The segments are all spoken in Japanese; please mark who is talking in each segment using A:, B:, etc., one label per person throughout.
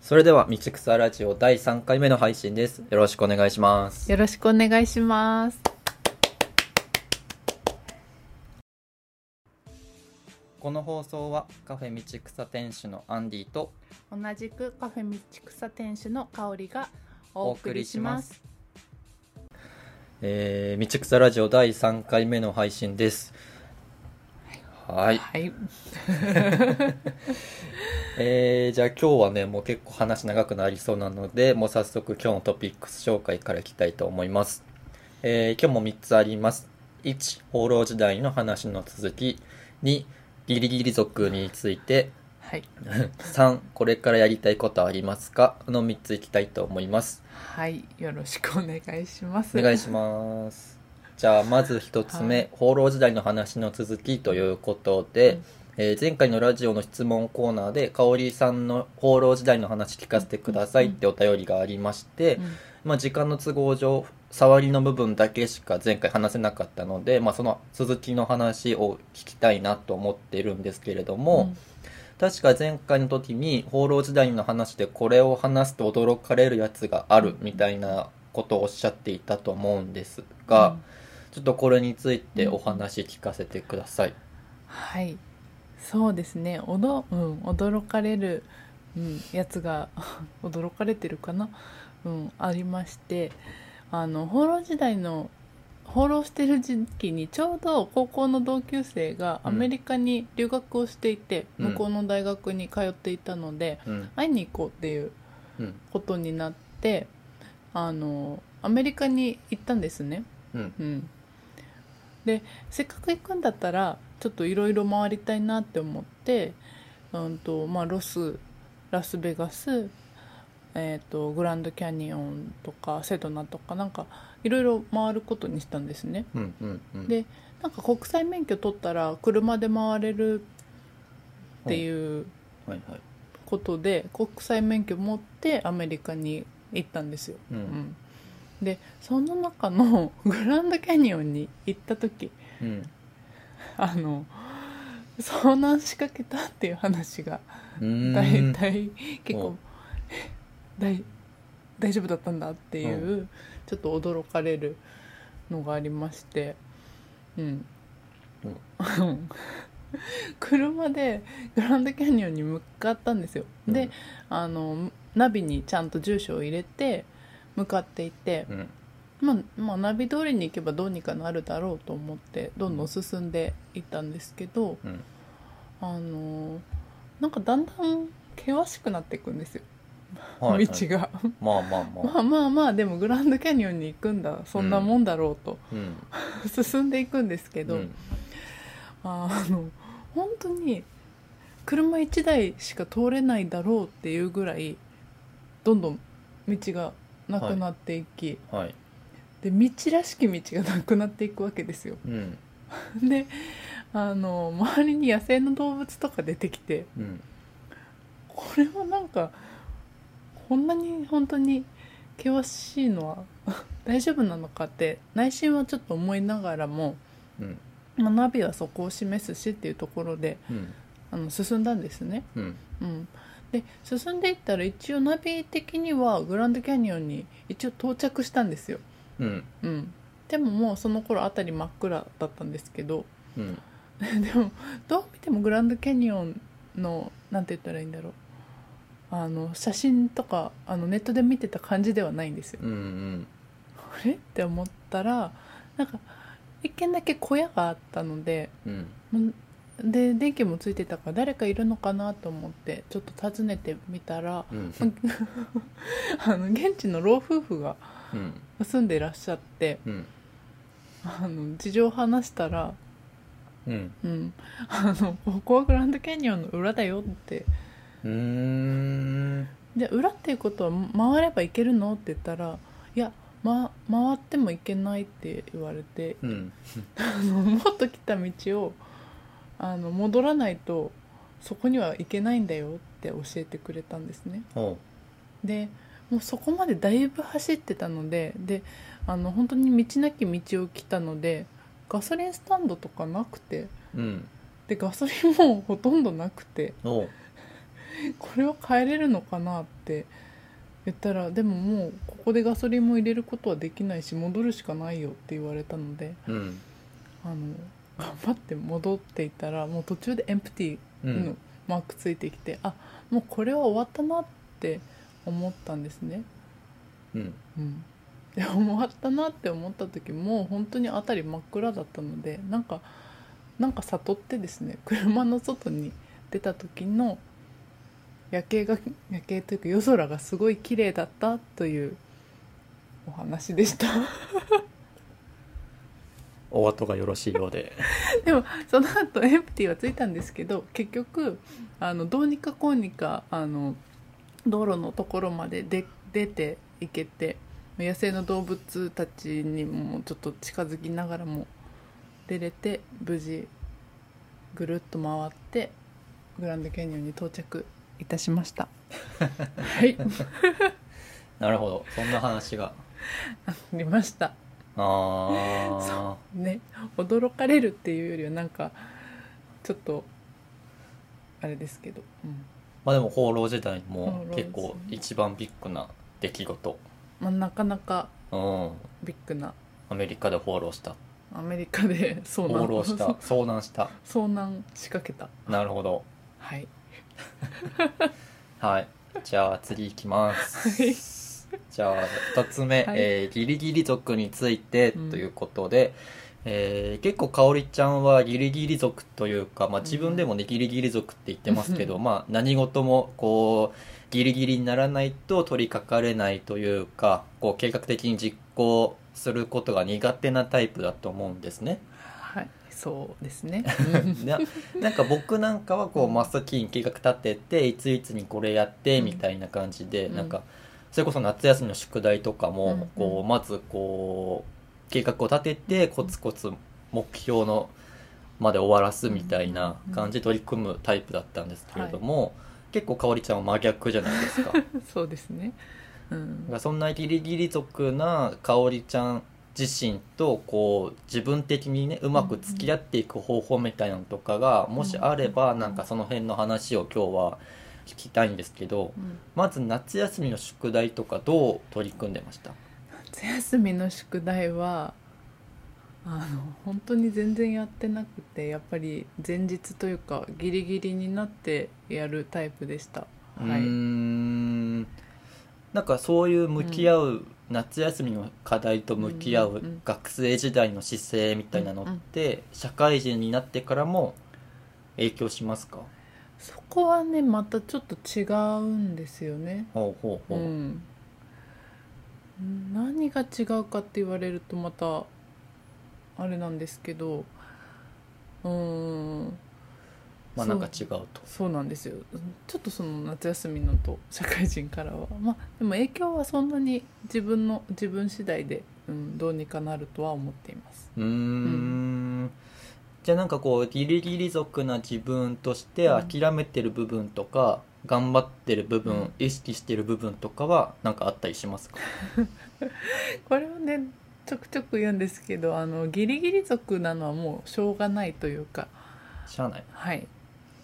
A: それでは、道草ラジオ第3回目の配信です。よろしくお願いします。
B: よろしくお願いします。
A: この放送は、カフェ道草店主のアンディと
B: 同じくカフェ道草店主の香りが
A: お
B: お
A: 送
B: 送
A: り
B: り
A: し
B: し
A: ま
B: ますす。
A: えー、道草ラジオ第3回目の配信です。はい。
B: はい。
A: えー、じゃあ今日はね、もう結構話長くなりそうなので、もう早速今日のトピックス紹介からいきたいと思います。えー、今日も3つあります。1、放浪時代の話の続き。2、ギリギリ族について。
B: はい。
A: 3、これからやりたいことありますかの3ついきたいと思います。
B: はい。よろしくお願いします。
A: お願いします。じゃあまず一つ目、
B: はい
A: 放浪時代の話の続きということで、
B: うん
A: えー前回のラジオの質問コーナーで香織さんの放浪時代の話聞かせてくださいってお便りがありまして、
B: うん
A: まあ、時間の都合上触りの部分だけしか前回話せなかったので、まあ、その続きの話を聞きたいなと思ってるんですけれども、
B: うん
A: 確か前回の時に放浪時代の話でこれを話すと驚かれるやつがあるみたいなことをおっしゃっていたと思うんですが、
B: うん
A: ちょっとこれについてお話聞かせてください。
B: はい。そうですね。おど、うん、驚かれる、うん、やつが 驚かれてるかな。うん、ありまして、あの放浪時代の放浪してる時期にちょうど高校の同級生がアメリカに留学をしていて、
A: うん
B: 向こうの大学に通っていたので、
A: うん、
B: 会いに行こうっていう
A: うん、
B: ことになって、あのアメリカに行ったんですね。
A: うん、
B: うん、でせっかく行くんだったらちょっといろいろ回りたいなって思って、うんとまあ、ロスラスベガス、えー、とグランドキャニオンとかセドナとかなんかいろいろ回ることにしたんですね
A: うん、うん、うん。
B: でなんか国際免許取ったら車で回れるって
A: う
B: いう
A: はい。はい、はい。
B: ことで国際免許持ってアメリカに行ったんですよ、
A: う、
B: うんん、でその中のグランドキャニオンに行った時
A: うん、
B: あの遭難しかけたっていう話が
A: うーん。
B: 大体結
A: う
B: 構
A: ん
B: 「大大丈夫だったんだ」っていう、
A: う
B: ちょっと驚かれるのがありましてうん、 車でグランドキャニオンに向かったんですよ、
A: うん
B: で、あのナビにちゃんと住所を入れて向かっていて、
A: うん、
B: まあ、まあナビ通りに行けばどうにかなるだろうと思ってどんどん進んでいったんですけど、
A: うん。
B: あのーなんかだんだん険しくなっていくんですよ、
A: はい、はい。
B: 道が
A: まあまあまあ。
B: まあまあまあでもグランドキャニオンに行くんだそんなもんだろうと、
A: うん、
B: 進んでいくんですけ
A: う
B: ど、
A: ん、
B: あの本当に車1台しか通れないだろうっていうぐらいどんどん道がなくなっていき、
A: はい。
B: で道らしき道がなくなっていくわけですよ
A: うん、
B: であの周りに野生の動物とか出てきて
A: うん、
B: これはなんかこんなに本当に険しいのは 大丈夫なのかって内心はちょっと思いながらも、
A: うん、
B: まあ、ナビはそこを示すしっていうところで
A: うん、
B: あの進んだんですね、
A: うん、
B: うん、で進んでいったら一応ナビ的にはグランドキャニオンに一応到着したんですよ、
A: うん、
B: うん、でももうその頃あたり真っ暗だったんですけど
A: うん、
B: でもどう見てもグランドキャニオンのなんて言ったらいいんだろうあの写真とかあのネットで見てた感じではないんですよ
A: うん、うん、
B: あれって思ったらなんか一軒だけ小屋があったので
A: うん、
B: んで電気もついてたから誰かいるのかなと思ってちょっと訪ねてみたら
A: うん、
B: あの現地の老夫婦が
A: うん、
B: 住んでいらっしゃって
A: うん、
B: あの事情を話したら
A: うん。
B: うん、あのここはグランドキャニオンの裏だよって
A: うーん。
B: じゃあ裏っていうことは回れば行けるのって言ったらいや、ま、回っても行けないって言われて
A: うん。
B: あのもっと来た道をあの戻らないとそこには行けないんだよって教えてくれたんですね
A: ほ
B: でもうそこまでだいぶ走ってたのでであの本当に道なき道を来たのでガソリンスタンドとかなくて
A: う。うん。
B: でガソリンもほとんどなくて
A: ほ
B: これは変えれるのかなって言ったらでももうここでガソリンも入れることはできないし戻るしかないよって言われたので
A: うん
B: あの頑張って戻っていたらもう途中でエンプティ
A: う
B: の
A: ん
B: マークついてきて、あもうこれは終わったなって思ったんですね。
A: うん
B: うん、で終わったなって思った時もう本当に辺り真っ暗だったのでなんかなんか悟ってですね 車の外に出た時の夜景が夜景というか夜空がすごい綺麗だったというお話でした
A: お後がよろしいようで
B: でもその後エンプティはついたんですけど結局あのどうにかこうにかあの道路のところまで出出て行けて野生の動物たちにもちょっと近づきながらも出れて無事ぐるっと回ってグランドキャニオンに到着いたしましたはい
A: なるほどそんな話が
B: ありました
A: ああ
B: ね驚かれるっていうよりはなんかちょっとあれですけど、うん、
A: まあでも放浪時代も
B: 放浪
A: 結構一番ビッグな出来事
B: まあ、なかなか
A: うん
B: ビッグな
A: アメリカで放浪した
B: アメリカで 遭
A: 放
B: 難
A: 浪 した遭難した
B: 遭難仕掛けた
A: なるほど
B: はい
A: はいじゃあ次行きますじゃあ2つ目、
B: はい
A: えーギリギリ族について
B: うん
A: ということで、えー結構香織ちゃんはギリギリ族というか、まあ、自分でもね、ギリギリ族って言ってますけど、まあ、何事もこうギリギリにならないと取り掛かれないというかこう計画的に実行することが苦手なタイプだと思うんですね。
B: はいそうですね
A: ななんか僕なんかはこう真っ先に計画立てていついつにこれやってみたいな感じで、
B: うん
A: なんかそれこそ夏休みの宿題とか
B: うんうん
A: もこうまずこう計画を立ててコツコツ目標のまで終わらすみたいな感じで取り組むタイプだったんですけれども、結構かおりちゃんは真逆じゃないですか。
B: そうですねうん
A: そんなギリギリ族な香織ちゃん自身とこう自分的にねうまく付き合っていく方法みたいなのとかがもしあればなんかその辺の話を今日は聞きたいんですけど
B: うん
A: まず夏休みの宿題とかどう取り組んでました
B: 夏休みの宿題はあの本当に全然やってなくてやっぱり前日というかギリギリになってやるタイプでしたは
A: うー
B: い
A: んなんかそういう向き合う夏休みの課題と向き合
B: うんう
A: うん
B: うん
A: 学生時代の姿勢みたいなのって社会人になってからも影響しますか
B: そこはねまたちょっと違うんですよね
A: ほうほう
B: う
A: ほう、
B: ん、何が違うかって言われるとまたあれなんですけどうーん
A: まあ
B: そ
A: な
B: うん
A: か違うと
B: そうなんですよちょっとその夏休みのと社会人からはまあでも影響はそんなに自分の自分次第で、うん、どうにかなるとは思っています
A: うーんじゃあなんかこうギリギリ族な自分として
B: うん
A: 諦めてる部分とか、頑張ってる部分、
B: うん
A: 意識してる部分とかはなんかあったりしますか
B: これをねちょくちょく言うんですけどあのギリギリ族なのはもうしょうがないというか
A: しゃあない
B: はい、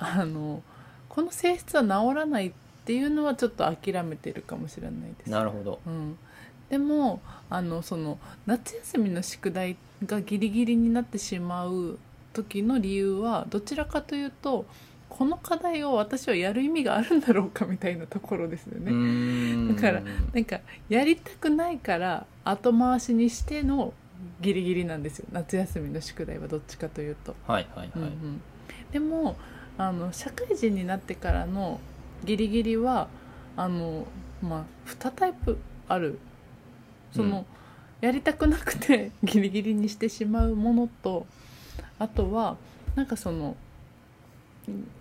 B: あのこの性質は治らないっていうのはちょっと諦めてるかもしれないです。
A: なるほど
B: うん、でもあのその夏休みの宿題がギリギリになってしまう時の理由はどちらかというとこの課題を私はやる意味があるんだろうかみたいなところですよね。
A: うーん
B: だからなんかやりたくないから後回しにしてのギリギリなんですよ夏休みの宿題はどっちかというと。
A: はいはいはい、
B: うんうん、でもあの社会人になってからのギリギリはあの、まあ、2タイプあるその、やりたくなくて ギリギリにしてしまうものとあとはなんかその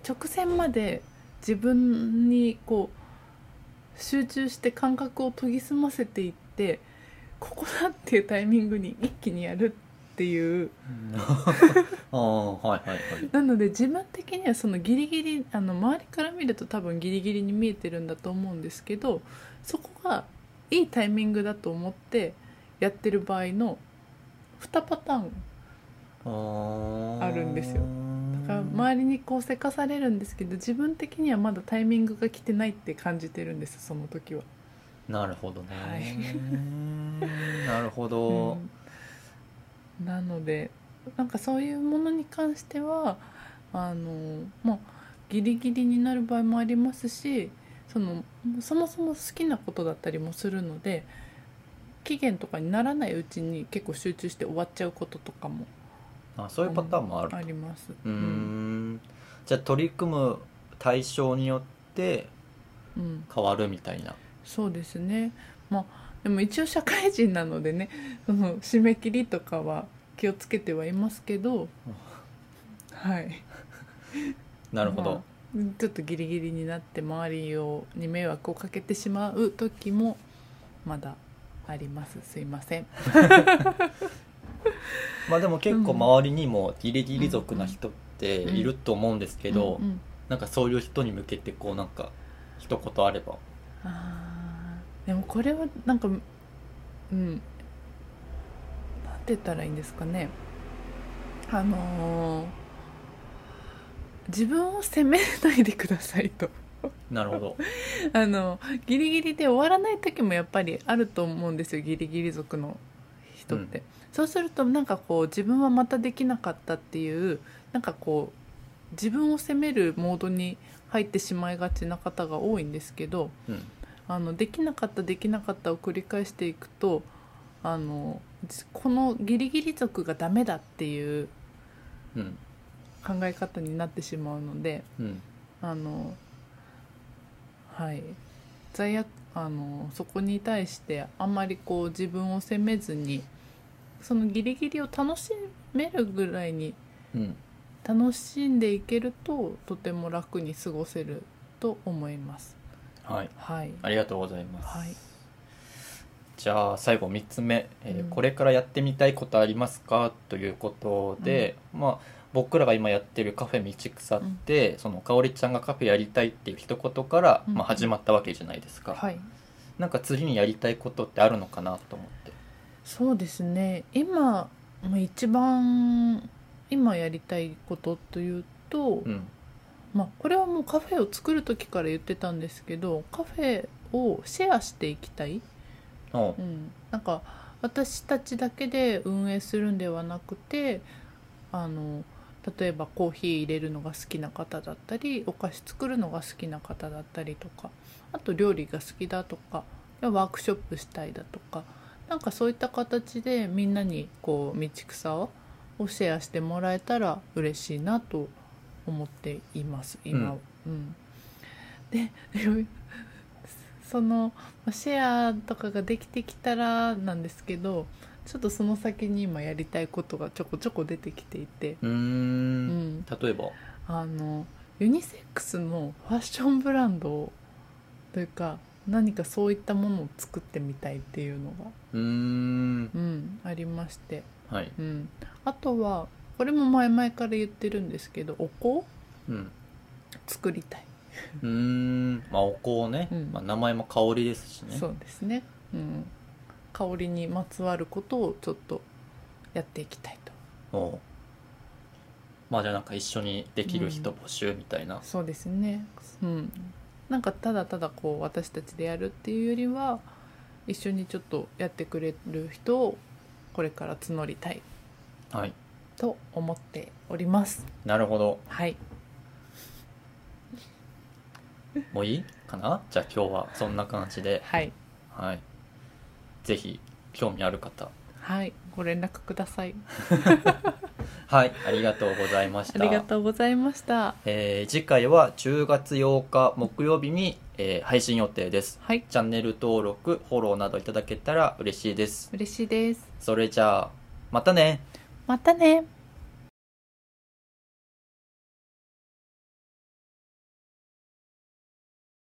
B: 直線まで自分にこう集中して感覚を研ぎ澄ませていってここだっていうタイミングに一気にやるっていう
A: うんああはいはいはい
B: なので自分的にはそのギリギリあの周りから見ると多分ギリギリに見えてるんだと思うんですけどそこがいいタイミングだと思ってやってる場合の2パターン
A: あー
B: あるんですよだか周りにこうせかされるんですけど自分的にはまだタイミングが来てないって感じてるんですその時は。
A: なるほどね、
B: は
A: なるほ
B: う
A: ど、
B: んなのでなんかそういうものに関してはあのまあギリギリになる場合もありますしそのそもそも好きなことだったりもするので期限とかにならないうちに結構集中して終わっちゃうこととかも
A: あそういうパターンもある
B: あります。
A: うーんじゃあ取り組む対象によって
B: うんうん
A: 変わるみたいな
B: そうですねまあでも一応社会人なのでねその締め切りとかは気をつけてはいますけどはい。
A: なるほど、
B: まあちょっとギリギリになって周りをに迷惑をかけてしまう時もまだありますすいません
A: まあでも結構周りにもギリギリ族な人っていると思うんですけど、
B: うんうん
A: なんかそういう人に向けてこうなんか一言あれば
B: あーでもこれはなんかうんなんて言ったらいいんですかねあのー自分を責めないでくださいと
A: なるほど
B: あのギリギリで終わらない時もやっぱりあると思うんですよギリギリ族の人って、そうするとなんかこう自分はまたできなかったっていうなんかこう自分を責めるモードに入ってしまいがちな方が多いんですけど
A: うん
B: あのできなかったできなかったを繰り返していくとあのこのギリギリ族がダメだっていう
A: うん
B: 考え方になってしまうので
A: うん
B: あのはい罪悪あのそこに対してあんまりこう自分を責めずにそのギリギリを楽しめるぐらいに
A: うん
B: 楽しんでいけるととても楽に過ごせると思います
A: はい
B: はい
A: ありがとうございます、
B: はい
A: じゃあ最後3つ目、えー
B: うん
A: これからやってみたいことありますかということで、まあ僕らが今やってるカフェ道草って、そのかおりちゃんがカフェやりたいっていう一言から、
B: うん
A: まあ、始まったわけじゃないですか、
B: はい
A: なんか次にやりたいことってあるのかなと思って
B: そうですね今もう一番今やりたいことというと、
A: うん
B: まあ、これはもうカフェを作る時から言ってたんですけどカフェをシェアしていきたい
A: おう
B: うん、なんか私たちだけで運営するんではなくてあの例えばコーヒー入れるのが好きな方だったりお菓子作るのが好きな方だったりとかあと料理が好きだとかワークショップしたいだとかなんかそういった形でみんなにこう道草をシェアしてもらえたら嬉しいなと思っています今、うんで そのまあシェアとかができてきたらなんですけどちょっとその先に今やりたいことがちょこちょこ出てきていて、
A: うー
B: うんん、
A: 例えば
B: あのユニセックスのファッションブランドをというか何かそういったものを作ってみたいっていうのが、
A: うーん
B: うん、ありまして、
A: はい
B: うん、あとはこれも前々から言ってるんですけどお香を
A: うん
B: 作りたい、
A: うーんまあお香ね、
B: うん
A: まあ、名前も香りですしね
B: そうですね、うん、香りにまつわることをちょっとやっていきたいと。
A: おうまあじゃあなんか一緒にできる人募集みたいな、
B: そうですねうんなんかただただこう私たちでやるっていうよりは一緒にちょっとやってくれる人をこれから募りたい
A: はい
B: と思っております
A: なるほど
B: はい
A: もういいかなじゃあ今日はそんな感じで
B: はい
A: はいぜひ興味ある方
B: はいご連絡ください
A: はいありがとうございまし
B: あ
A: た
B: りがとうございました
A: えー次回は10月8日木曜日に、えー配信予定です
B: はい
A: チャンネル登録フォローなどいただけたら嬉しいです
B: 嬉しいです
A: それじゃあまたね
B: またね